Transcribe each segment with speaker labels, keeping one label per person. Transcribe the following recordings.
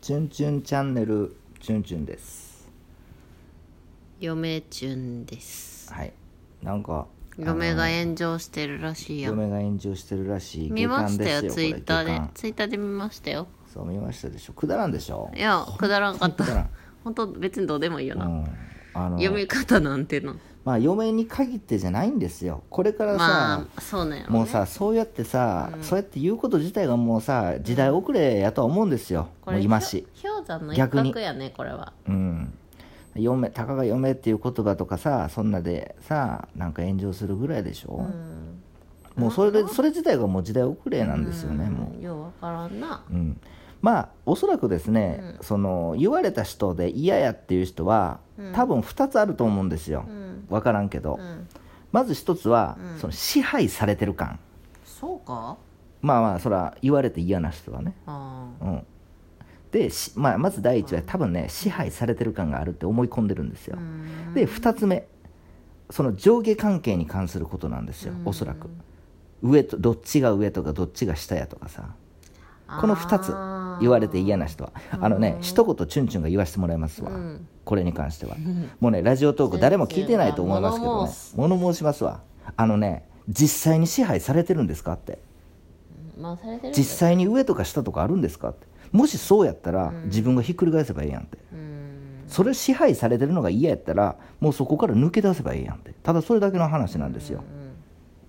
Speaker 1: チュンチュンチャンネルチュンチュンです
Speaker 2: 嫁チュンです
Speaker 1: はいなんか
Speaker 2: 嫁
Speaker 1: あ
Speaker 2: が
Speaker 1: の
Speaker 2: 炎上してるらしいよ
Speaker 1: 嫁が炎上してるらしい
Speaker 2: 見ました
Speaker 1: 下
Speaker 2: よ
Speaker 1: 巻です
Speaker 2: ツイッタ
Speaker 1: こ
Speaker 2: ー
Speaker 1: れ
Speaker 2: で
Speaker 1: 下巻
Speaker 2: ツイッターで見ましたよ
Speaker 1: そう見ましたでしょくだらんでしょ
Speaker 2: いやくだらんかった
Speaker 1: くだ
Speaker 2: 本当別にどうでもいいよ
Speaker 1: ら
Speaker 2: な、
Speaker 1: ん、うん、あの
Speaker 2: 読み方なんての
Speaker 1: まあ嫁に限ってじゃないんですよこれからさ、
Speaker 2: まあそうなんやろね
Speaker 1: もうさそうやってさ、そうやって言うこと自体がもうさ時代遅れやとは思うんですよ、
Speaker 2: こ
Speaker 1: もう
Speaker 2: れ
Speaker 1: 今し
Speaker 2: ひょ氷山の一
Speaker 1: 逆に
Speaker 2: 角やねこれは
Speaker 1: うん嫁たかが嫁っていう言葉とかさそんなでさなんか炎上するぐらいでしょ
Speaker 2: う、ん
Speaker 1: もうそれでそれ自体がもう時代遅れなんですよね、
Speaker 2: うん
Speaker 1: も
Speaker 2: ようわからんな
Speaker 1: う、うん、まあおそらくですね、その言われた人で嫌やっていう人は、多分2つあると思うんですよ、
Speaker 2: うん
Speaker 1: 分からんけど、
Speaker 2: うん
Speaker 1: まず1つは、その支配されてる感
Speaker 2: そうか
Speaker 1: まあまあそら言われて嫌な人はね
Speaker 2: ああ
Speaker 1: うん、で、しまあ、まず第一は多分ね支配されてる感があるって思い込んでるんですよ、
Speaker 2: うん
Speaker 1: で2つ目その上下関係に関することなんですよ、
Speaker 2: うん
Speaker 1: おそらく上とどっちが上とかどっちが下やとかさこの2つ
Speaker 2: あー
Speaker 1: 言われて嫌な人はあのね一言チュンチュンが言わせてもらいますわ、
Speaker 2: うん
Speaker 1: これに関してはもうねラジオトーク誰も聞いてないと思いますけどね物申しますわあのね実際に支配されてるんですかって
Speaker 2: まあされてるんだ
Speaker 1: 実際に上とか下とかあるんですかってもしそうやったら、自分がひっくり返せばいいやんって
Speaker 2: うん
Speaker 1: それ支配されてるのが嫌やったらもうそこから抜け出せばいいやんってただそれだけの話なんですよ、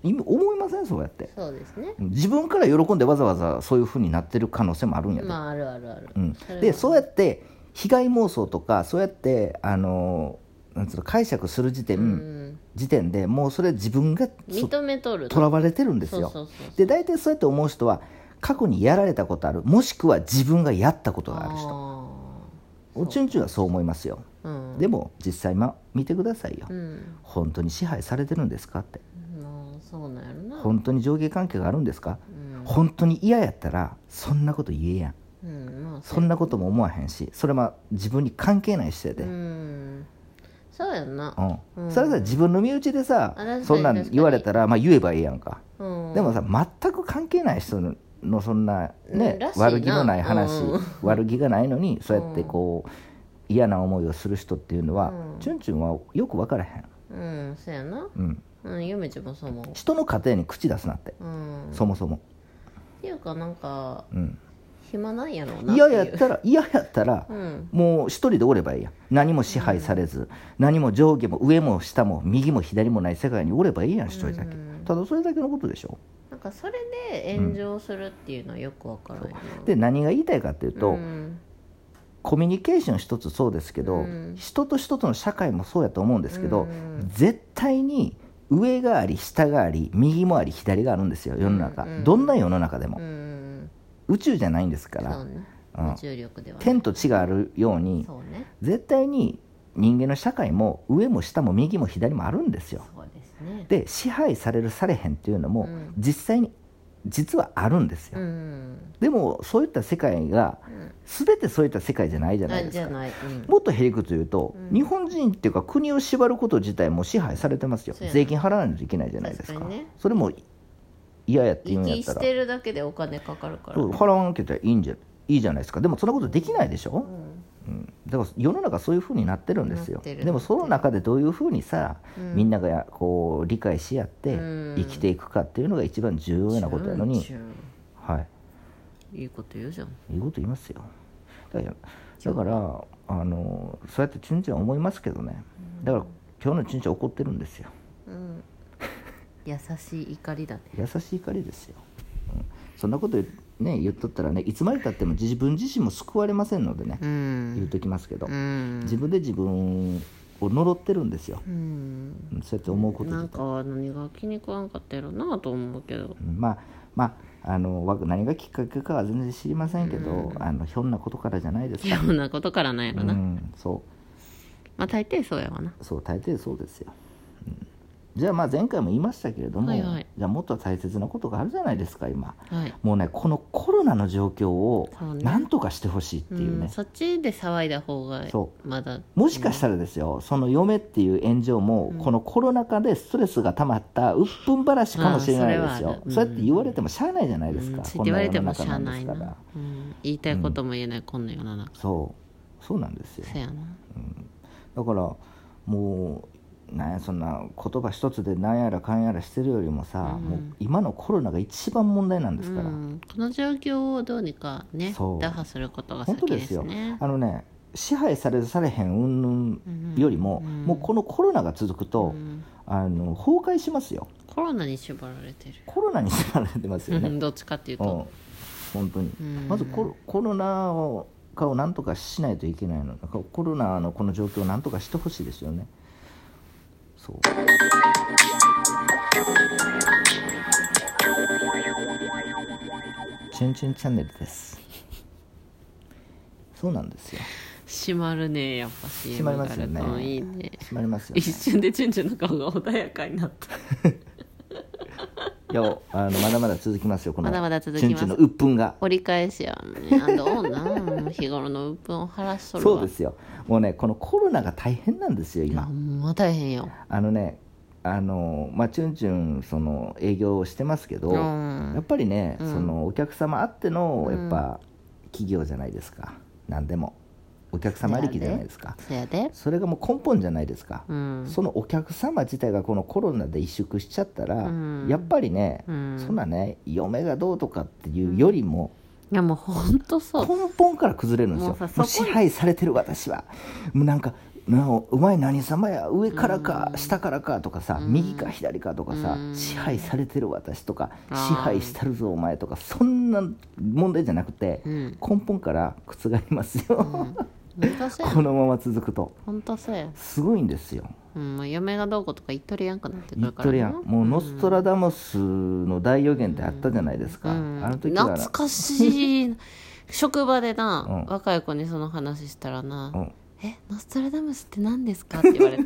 Speaker 1: 意味思いませんそうやって
Speaker 2: そうですね
Speaker 1: 自分から喜んでわざわざそういうふうになってる可能性もあるんやで、
Speaker 2: まああるあるある、
Speaker 1: うん
Speaker 2: それ、は
Speaker 1: でそうやって被害妄想とかそうやってあのなんつうの解釈する時点、
Speaker 2: うん
Speaker 1: 時点でもうそれ自分が
Speaker 2: 認めとる
Speaker 1: とらわれてるんですよ
Speaker 2: そうそうそうそう
Speaker 1: で大体そうやって思う人は過去にやられたことあるもしくは自分がやったことがある人おちゅんちゅんはそう思いますよ、
Speaker 2: あーうん
Speaker 1: でも実際、ま、見てくださいよ、
Speaker 2: うん
Speaker 1: 本当に支配されてるんですかって
Speaker 2: まあそうなんやろな
Speaker 1: 本当に上下関係があるんですか、本当に嫌やったらそんなこと言えやん
Speaker 2: うんまあ
Speaker 1: そんなことも思わへんしそれは自分に関係ない人やで、
Speaker 2: う
Speaker 1: うん
Speaker 2: んそうやんな
Speaker 1: うんそれはさ自分の身内でさ
Speaker 2: あ確かに
Speaker 1: そんなん
Speaker 2: 確かに
Speaker 1: 言われたら、まあ、言えばいいやんか、
Speaker 2: うん
Speaker 1: でもさ全く関係ない人ののそんなね
Speaker 2: うんらしいな
Speaker 1: 悪気のない話、
Speaker 2: うん
Speaker 1: 悪気がないのにそうやってこう、嫌な思いをする人っていうのは、チュンチュンはよく分からへん、
Speaker 2: うんそうやな
Speaker 1: うん、
Speaker 2: うんゆめちゃんもそう思
Speaker 1: 人の家庭に口出すなって、
Speaker 2: ううんっ
Speaker 1: そもそも、
Speaker 2: ていうかなんか
Speaker 1: うん、
Speaker 2: 暇なんやろうなってい
Speaker 1: 嫌
Speaker 2: う
Speaker 1: やったら嫌やったら、
Speaker 2: うん
Speaker 1: もう一人でおればいいやん何も支配されず、何も上下も上も下も右も左もない世界におればいいやん一人だけ、ただそれだけのことでしょ
Speaker 2: なんかそれで炎上するっていうのはよくわからないな
Speaker 1: で何が言いたいかっていうと、
Speaker 2: うん
Speaker 1: コミュニケーション一つそうですけど、
Speaker 2: うん
Speaker 1: 人と人との社会もそうやと思うんですけど、
Speaker 2: うん
Speaker 1: 絶対に上があり下があり右もあり左があるんですよ世の中、
Speaker 2: うん
Speaker 1: どんな世の中でも
Speaker 2: う、ん
Speaker 1: 宇宙じゃないんですか
Speaker 2: そう
Speaker 1: ら
Speaker 2: ね
Speaker 1: うん
Speaker 2: 無重力ではない
Speaker 1: 天と地があるように
Speaker 2: そうね
Speaker 1: 絶対に人間の社会も上も下も右も左もあるんですよ
Speaker 2: そうですね
Speaker 1: で支配されるされへんっていうのも、
Speaker 2: うん
Speaker 1: 実際に実はあるんですよ、
Speaker 2: うん
Speaker 1: でもそういった世界が
Speaker 2: うん
Speaker 1: 全てそういった世界じゃないじゃない
Speaker 2: あ
Speaker 1: です
Speaker 2: じ
Speaker 1: か
Speaker 2: ゃないうん
Speaker 1: もっとへりくつ言うと、
Speaker 2: うん
Speaker 1: 日本人っていうか国を縛ること自体も支配されてますよ
Speaker 2: そうやな
Speaker 1: 税金払わないといけないじゃないですか
Speaker 2: 確かにね
Speaker 1: それも嫌やって言うんや
Speaker 2: 息
Speaker 1: った
Speaker 2: し
Speaker 1: ら
Speaker 2: てるだけでお金かかるから
Speaker 1: そう払わなきゃいいんじゃいいじゃないですかでもそんなことできないでしょ、うん、だから世の中そういうふうになってるんです
Speaker 2: な
Speaker 1: よ
Speaker 2: ってる
Speaker 1: でもその中でどういうふうにさ、
Speaker 2: うん
Speaker 1: みんながやこう理解し合って
Speaker 2: うん
Speaker 1: 生きていくかっていうのが一番重要なことやのに
Speaker 2: チ、ュン
Speaker 1: はい
Speaker 2: チュンいいこと言うじゃん
Speaker 1: いいこと言いますよだからだからあのそうやってチュンチュンは思いますけどねだから今日のチュンチュン怒ってるんですよ
Speaker 2: うん、優しい怒りだね
Speaker 1: 優しい怒りですよ、うん、そんなこと言,、ね、言っとったらねいつまでたっても自分自身も救われませんのでね、
Speaker 2: う
Speaker 1: 言うんときますけど、
Speaker 2: うん
Speaker 1: 自分で自分を呪ってるんですよ、
Speaker 2: うん
Speaker 1: うんそうやって思うこと
Speaker 2: な
Speaker 1: 自
Speaker 2: ん
Speaker 1: 体
Speaker 2: か何が気に食わんかったやろなと思うけど
Speaker 1: うんまあまああのわ何がきっかけかは全然知りませんけど、あのひょんなことからじゃないです
Speaker 2: そ
Speaker 1: か、
Speaker 2: んなことからなんやろ
Speaker 1: う
Speaker 2: な、
Speaker 1: ん、そ
Speaker 2: まあ大抵そうやわな
Speaker 1: うそう大抵そうですよじゃあまあ前回も言いましたけれども、
Speaker 2: はいはい
Speaker 1: じゃあもっと大切なことがあるじゃないですか今
Speaker 2: はい
Speaker 1: もうねこのコロナの状況を
Speaker 2: そうね
Speaker 1: なんとかしてほしいっていうね
Speaker 2: ん、そっちで騒いだ方が
Speaker 1: そ
Speaker 2: まだ
Speaker 1: もしかしたらですよ、その嫁っていう炎上も、このコロナ禍でストレスが溜まった鬱憤ばらしかもしれないですよ
Speaker 2: あ、ー
Speaker 1: そ
Speaker 2: そうれはある
Speaker 1: やって言われてもしゃあないじゃないですか、
Speaker 2: うんつい
Speaker 1: こん
Speaker 2: て言わ
Speaker 1: な
Speaker 2: れ
Speaker 1: 世
Speaker 2: て
Speaker 1: の
Speaker 2: も
Speaker 1: 中
Speaker 2: し
Speaker 1: な
Speaker 2: ゃあ
Speaker 1: んで
Speaker 2: な
Speaker 1: す
Speaker 2: い
Speaker 1: か
Speaker 2: な
Speaker 1: ら、
Speaker 2: うん、言いたいことも言えない、こんな世の中
Speaker 1: そうそうなんですよ
Speaker 2: そやな
Speaker 1: だからもうなんやそんな言葉一つでなんやらかんやらしてるよりもさ、
Speaker 2: うん
Speaker 1: もう今のコロナが一番問題なんですから、
Speaker 2: うん、この状況をどうにかね
Speaker 1: そう
Speaker 2: 打破することが
Speaker 1: 本
Speaker 2: 先
Speaker 1: 当
Speaker 2: で
Speaker 1: です
Speaker 2: す
Speaker 1: よ
Speaker 2: ね
Speaker 1: あのね支配されるされへん云々
Speaker 2: うん
Speaker 1: よりも、
Speaker 2: うん
Speaker 1: もうこのコロナが続くと、
Speaker 2: うん
Speaker 1: あの崩壊しますよ
Speaker 2: コロナに縛られてる
Speaker 1: コロナに縛られてますよね、
Speaker 2: うん どっちかっていう
Speaker 1: うん
Speaker 2: と、
Speaker 1: 本当に、
Speaker 2: うん
Speaker 1: まずコロコロナを化をなんとかしないといけないのだからコロナのこの状況をなんとかしてほしいですよねそうチュンチュンチャンネルですそうなんですよ
Speaker 2: 閉まるねやっぱ
Speaker 1: 閉
Speaker 2: CM
Speaker 1: まりますよね
Speaker 2: があるといいね
Speaker 1: 閉まりますよ、ね
Speaker 2: 一、瞬でチュンチュンの顔が穏やかに なった
Speaker 1: いやあのまだまだ続きますよこの
Speaker 2: まだまだ続き
Speaker 1: チ
Speaker 2: ます
Speaker 1: ュンチュンの鬱憤が
Speaker 2: 折り返しやんねあどうなん 日頃の鬱憤を晴らしとるわ
Speaker 1: そうですよもうねこのコロナが大変なんですよ
Speaker 2: いや
Speaker 1: 今
Speaker 2: ほんま大変よ
Speaker 1: あのねあのまあチュンチュンその営業をしてますけど、
Speaker 2: うん
Speaker 1: やっぱりね、
Speaker 2: うん
Speaker 1: そのお客様あってのやっぱ企業じゃないですか、何でもお客様ありきじゃないですか
Speaker 2: そやで
Speaker 1: それがもう根本じゃないですか、
Speaker 2: うん
Speaker 1: そのお客様自体がこのコロナで萎縮しちゃったら、
Speaker 2: うん
Speaker 1: やっぱりね、
Speaker 2: うん
Speaker 1: そんなね嫁がどうとかっていうよりも、
Speaker 2: いやもうほんとそう
Speaker 1: 根本から崩れるんですよ
Speaker 2: もうさ
Speaker 1: もう
Speaker 2: そこ
Speaker 1: 支
Speaker 2: に
Speaker 1: 配されてる私はもうなんかなおお前何様や上からか下からかとかさ右か左かとかさ
Speaker 2: うん
Speaker 1: 支配されてる私とか支
Speaker 2: あー
Speaker 1: 配したるぞお前とかそんな問題じゃなくて
Speaker 2: うん
Speaker 1: 根本から覆りますよ
Speaker 2: ほんとそう や
Speaker 1: このまま続くと
Speaker 2: ほんとそうや
Speaker 1: すごいんですよ
Speaker 2: うんもう嫁がどうこうとか言っとりやんくなってく
Speaker 1: 言
Speaker 2: る
Speaker 1: っ
Speaker 2: から
Speaker 1: とるやんもうノスト
Speaker 2: ラ
Speaker 1: ラダムスの大予言ってあったじゃないですかあの時は
Speaker 2: 懐かしい職場でな、
Speaker 1: うん
Speaker 2: 若い子にその話したらな「
Speaker 1: うん
Speaker 2: えノストラダムスって何ですか?」って言 われて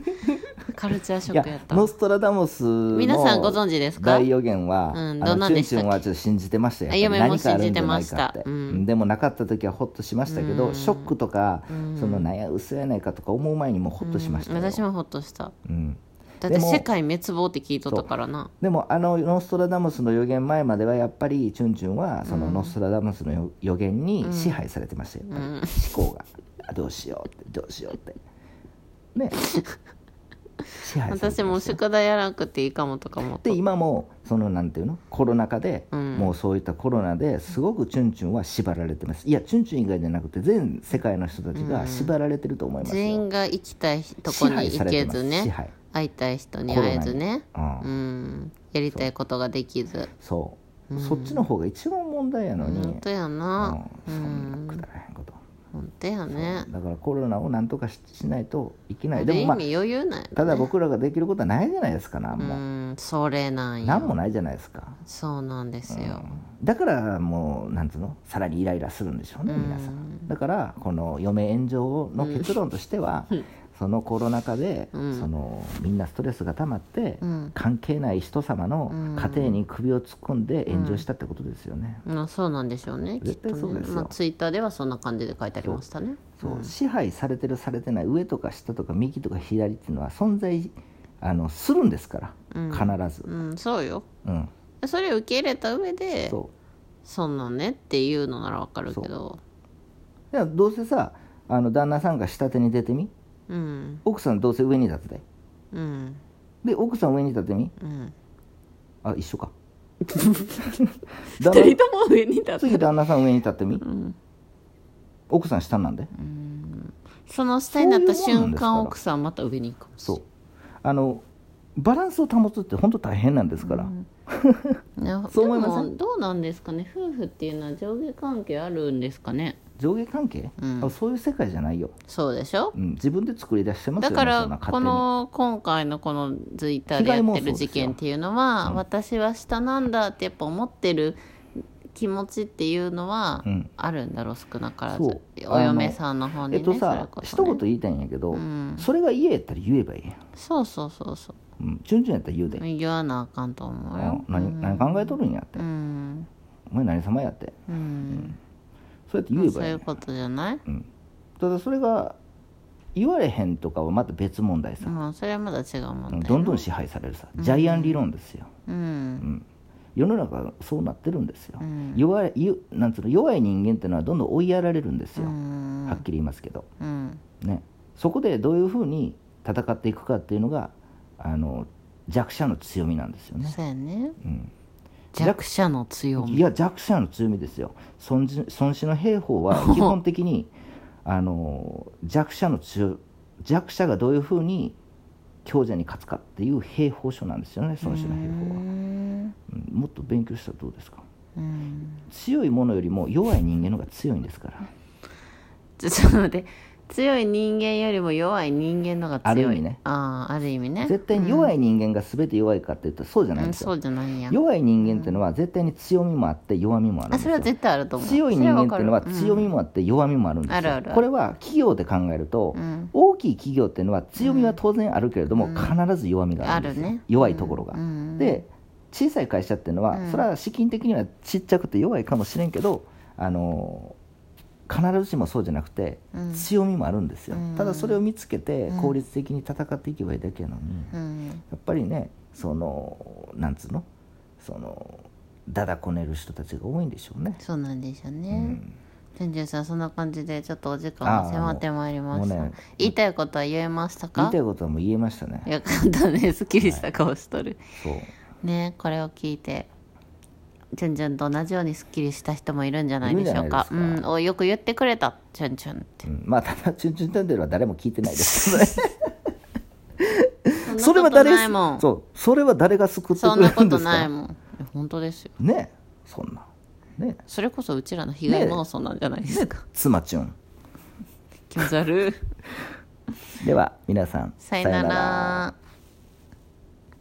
Speaker 2: カルチャーシ
Speaker 1: い
Speaker 2: ョッ
Speaker 1: や
Speaker 2: クやった
Speaker 1: ノストラダムスの
Speaker 2: 皆さんご存知ですか
Speaker 1: 大予言は、
Speaker 2: うん
Speaker 1: あの
Speaker 2: どんなんでし
Speaker 1: チ
Speaker 2: た
Speaker 1: ュ
Speaker 2: っ
Speaker 1: ンチュン
Speaker 2: け
Speaker 1: はちょっと信じてましたよ
Speaker 2: あ嫁も信じて
Speaker 1: やっぱり
Speaker 2: ま
Speaker 1: 何
Speaker 2: し
Speaker 1: かあるんじゃない
Speaker 2: た
Speaker 1: かって、
Speaker 2: うん
Speaker 1: でもなかった時はほっとしましたけど、
Speaker 2: うん
Speaker 1: ショックとか、
Speaker 2: ん
Speaker 1: そのなんや嘘やないかとか思う前にもうほっとしましたよ、
Speaker 2: うん私もほっとした
Speaker 1: うん
Speaker 2: だっ
Speaker 1: で
Speaker 2: て
Speaker 1: も
Speaker 2: 世界滅亡って聞いとったからな
Speaker 1: でもあのノストラダムスの予言前まではやっぱりチュンチュンはそのノストラダムスのよ予言に支配されてましたよ、やっぱり
Speaker 2: うん
Speaker 1: 思考があどうしようってどうしようって ね支配されてましたよ
Speaker 2: 私も宿題やらなくていいかもとか思っ
Speaker 1: で
Speaker 2: て
Speaker 1: 今もそのなんていうのコロナ禍で、
Speaker 2: うん
Speaker 1: もうそういったコロナですごくチュンチュンは縛られてますいやチュンチュン以外じゃなくて全世界の人たちが縛られてると思いますよ、
Speaker 2: 全員が行きたいとこに行けず
Speaker 1: 支
Speaker 2: ね
Speaker 1: 配、
Speaker 2: 会いたい人に会えずね
Speaker 1: うん
Speaker 2: うんやりたいことができず
Speaker 1: そう、そっちの方が一番問題やのに、
Speaker 2: 本当やな
Speaker 1: うんそんなくだらへんこと、
Speaker 2: 本当やね
Speaker 1: だからコロナをなんとかししないといけない
Speaker 2: あ
Speaker 1: で
Speaker 2: る
Speaker 1: も
Speaker 2: 意
Speaker 1: まあ
Speaker 2: 味余裕ない
Speaker 1: ただ僕らができることはないじゃないですかなん
Speaker 2: う
Speaker 1: も、
Speaker 2: んそれなん
Speaker 1: なん
Speaker 2: よ
Speaker 1: もないじゃないですか
Speaker 2: そうなんですよ
Speaker 1: だからもうなんつうのさらにイライラするんでしょうね皆さんだからこの嫁炎上の結論としては、そのコロナ禍で、
Speaker 2: うん
Speaker 1: そのみんなストレスが溜まって、
Speaker 2: うん
Speaker 1: 関係ない人様の家庭に首を突っ込んで炎上したってことですよね、
Speaker 2: まあそうなんでしょうねきっ
Speaker 1: 絶
Speaker 2: と
Speaker 1: 対そう
Speaker 2: ね
Speaker 1: ですよ
Speaker 2: まあツイッターではそんな感じで書いてありましたね
Speaker 1: そう支配されてるされてない上とか下とか右とか左っていうのは存在あのするんですから、必ず、
Speaker 2: うんそうよ
Speaker 1: うん、
Speaker 2: それを受け入れた上で
Speaker 1: そう
Speaker 2: そんなんねっていうのならわかるけど
Speaker 1: いやどうせさあの旦那さんが下手に出てみ
Speaker 2: うん
Speaker 1: 奥さんどうせ上に立つで
Speaker 2: うん
Speaker 1: で奥さん上に立てみ
Speaker 2: うん
Speaker 1: あ一 緒か旦
Speaker 2: 二人
Speaker 1: 那
Speaker 2: とも上に立つ
Speaker 1: 次旦那さん上に立ってみ、奥さん下なんで、
Speaker 2: その下になった
Speaker 1: そういうもんなん
Speaker 2: 瞬
Speaker 1: ですから
Speaker 2: 間奥さんまた上に行くかもし
Speaker 1: そうあのバランスを保つって本当大変なんですから、
Speaker 2: れないね
Speaker 1: そう思いません
Speaker 2: でもどうなんですかね夫婦っていうのは上下関係あるんですかね
Speaker 1: 上下関係、
Speaker 2: うん
Speaker 1: あそういう世界じゃないよ、
Speaker 2: そうでしょ
Speaker 1: うん、自分で作り出してますよ
Speaker 2: だ
Speaker 1: ね
Speaker 2: から
Speaker 1: そんな
Speaker 2: この今回のこのツイッターでやってる事件っていうのは、私は下なんだってやっぱ思ってる気持ちっていうのは
Speaker 1: うん
Speaker 2: あるんだろう、少なから
Speaker 1: そう
Speaker 2: ずお嫁さんの方にね
Speaker 1: えっと
Speaker 2: それ
Speaker 1: さ、
Speaker 2: こそ
Speaker 1: 一
Speaker 2: ね
Speaker 1: 言言いたいんやけど、
Speaker 2: うん
Speaker 1: それが言えやったら言えばいいやん
Speaker 2: そうそうそうそう
Speaker 1: うん、チュンチュンやったら言うで、
Speaker 2: 言わなあかんと思うよ
Speaker 1: うん何何考えとるんやって、
Speaker 2: うん
Speaker 1: お前何様やって
Speaker 2: うん、
Speaker 1: そうやって言え
Speaker 2: そ
Speaker 1: ば
Speaker 2: う
Speaker 1: いい
Speaker 2: い
Speaker 1: ね
Speaker 2: うことじゃない
Speaker 1: ただそれが言われへんとかはまた別問題さ、
Speaker 2: うん、それはまだ違うもんね
Speaker 1: どんどん支配されるさジャイアン理論ですよ、
Speaker 2: うん
Speaker 1: 世の中そうなってるんですよ、
Speaker 2: うん
Speaker 1: 弱いゆなんつうの弱い人間ってのはどんどん追いやられるんです
Speaker 2: う
Speaker 1: よ、
Speaker 2: ん
Speaker 1: はっきり言いますけど、
Speaker 2: うん
Speaker 1: ね、そこでどういうふうに戦っていくかっていうのがあの弱者の強みなんですよね
Speaker 2: そうやね
Speaker 1: ん
Speaker 2: 弱者の強
Speaker 1: い
Speaker 2: み
Speaker 1: や弱者の強みですよ孫子孫子の兵法 は基本的にあの弱者の強弱者がどういうふうに強者に勝つかっていう兵法書なんですよね孫子の兵法は、
Speaker 2: うん
Speaker 1: うんもっと勉強したらどうですか
Speaker 2: うん
Speaker 1: 強いものよりも弱い人間の方が強いんですから
Speaker 2: ちょちょっと待って強い人間よりも弱い人間のが強い
Speaker 1: ある意味ね
Speaker 2: ああある意味ね
Speaker 1: 絶対に弱い人間が全て弱いかって言ったらそうじゃないん
Speaker 2: うん
Speaker 1: ですよ、
Speaker 2: そうじゃないんや
Speaker 1: 弱い人間っていうのは絶対に強みもあって弱みもあるん
Speaker 2: あ
Speaker 1: で
Speaker 2: そ
Speaker 1: す
Speaker 2: れ
Speaker 1: よ
Speaker 2: は絶対あると思う
Speaker 1: 強い人間っていうのは
Speaker 2: それ
Speaker 1: 強みもあって弱みもあるんですよ、
Speaker 2: あるあるある
Speaker 1: これは企業で考えると、
Speaker 2: うん
Speaker 1: 大きい企業っていうのは強みは当然あるけれども、必ず弱みがあるんですよ
Speaker 2: あるね
Speaker 1: 弱いところが、
Speaker 2: うん
Speaker 1: で小さい会社っていうのは、それは資金的にはちっちゃくて弱いかもしれんけどあのー必ずしもそうじゃなくて、強みもあるんですよ、ただそれを見つけて効率的に戦っていけばいいだけなのに、
Speaker 2: わかるうん
Speaker 1: やっぱりねそのなんつうのそのだだこねる人たちが多いんでしょうね
Speaker 2: そうなんでしょうね、
Speaker 1: ん
Speaker 2: 天獣さんそんな感じでちょっとお時間が迫ってまいりました、
Speaker 1: あーもうもうね
Speaker 2: 言いたいことは言えました
Speaker 1: 言い
Speaker 2: か
Speaker 1: たいことはもう言えましたね
Speaker 2: よかったねすっきりした顔しとる、
Speaker 1: そう
Speaker 2: ねこれを聞いてチュンチュンと同じようにすっきりした人もいるんじゃない
Speaker 1: いるん
Speaker 2: で
Speaker 1: じゃない
Speaker 2: しょ
Speaker 1: うですか
Speaker 2: かうんおよく言ってくれたチュンチュンって
Speaker 1: うんまあただ「チュンチュンチャンネル」は誰も聞いてないですけどねそれは誰
Speaker 2: そんなことないもんそ
Speaker 1: そうそれは誰が救ってく
Speaker 2: ん
Speaker 1: れ
Speaker 2: な
Speaker 1: る
Speaker 2: こ
Speaker 1: んで
Speaker 2: と
Speaker 1: す
Speaker 2: ない
Speaker 1: か
Speaker 2: もんいや本当ですよ
Speaker 1: ねえそんなね
Speaker 2: それこそうちらの被害妄想なんじゃないで すか、
Speaker 1: え妻チュン
Speaker 2: 気持ち悪い
Speaker 1: では皆さん
Speaker 2: さよなら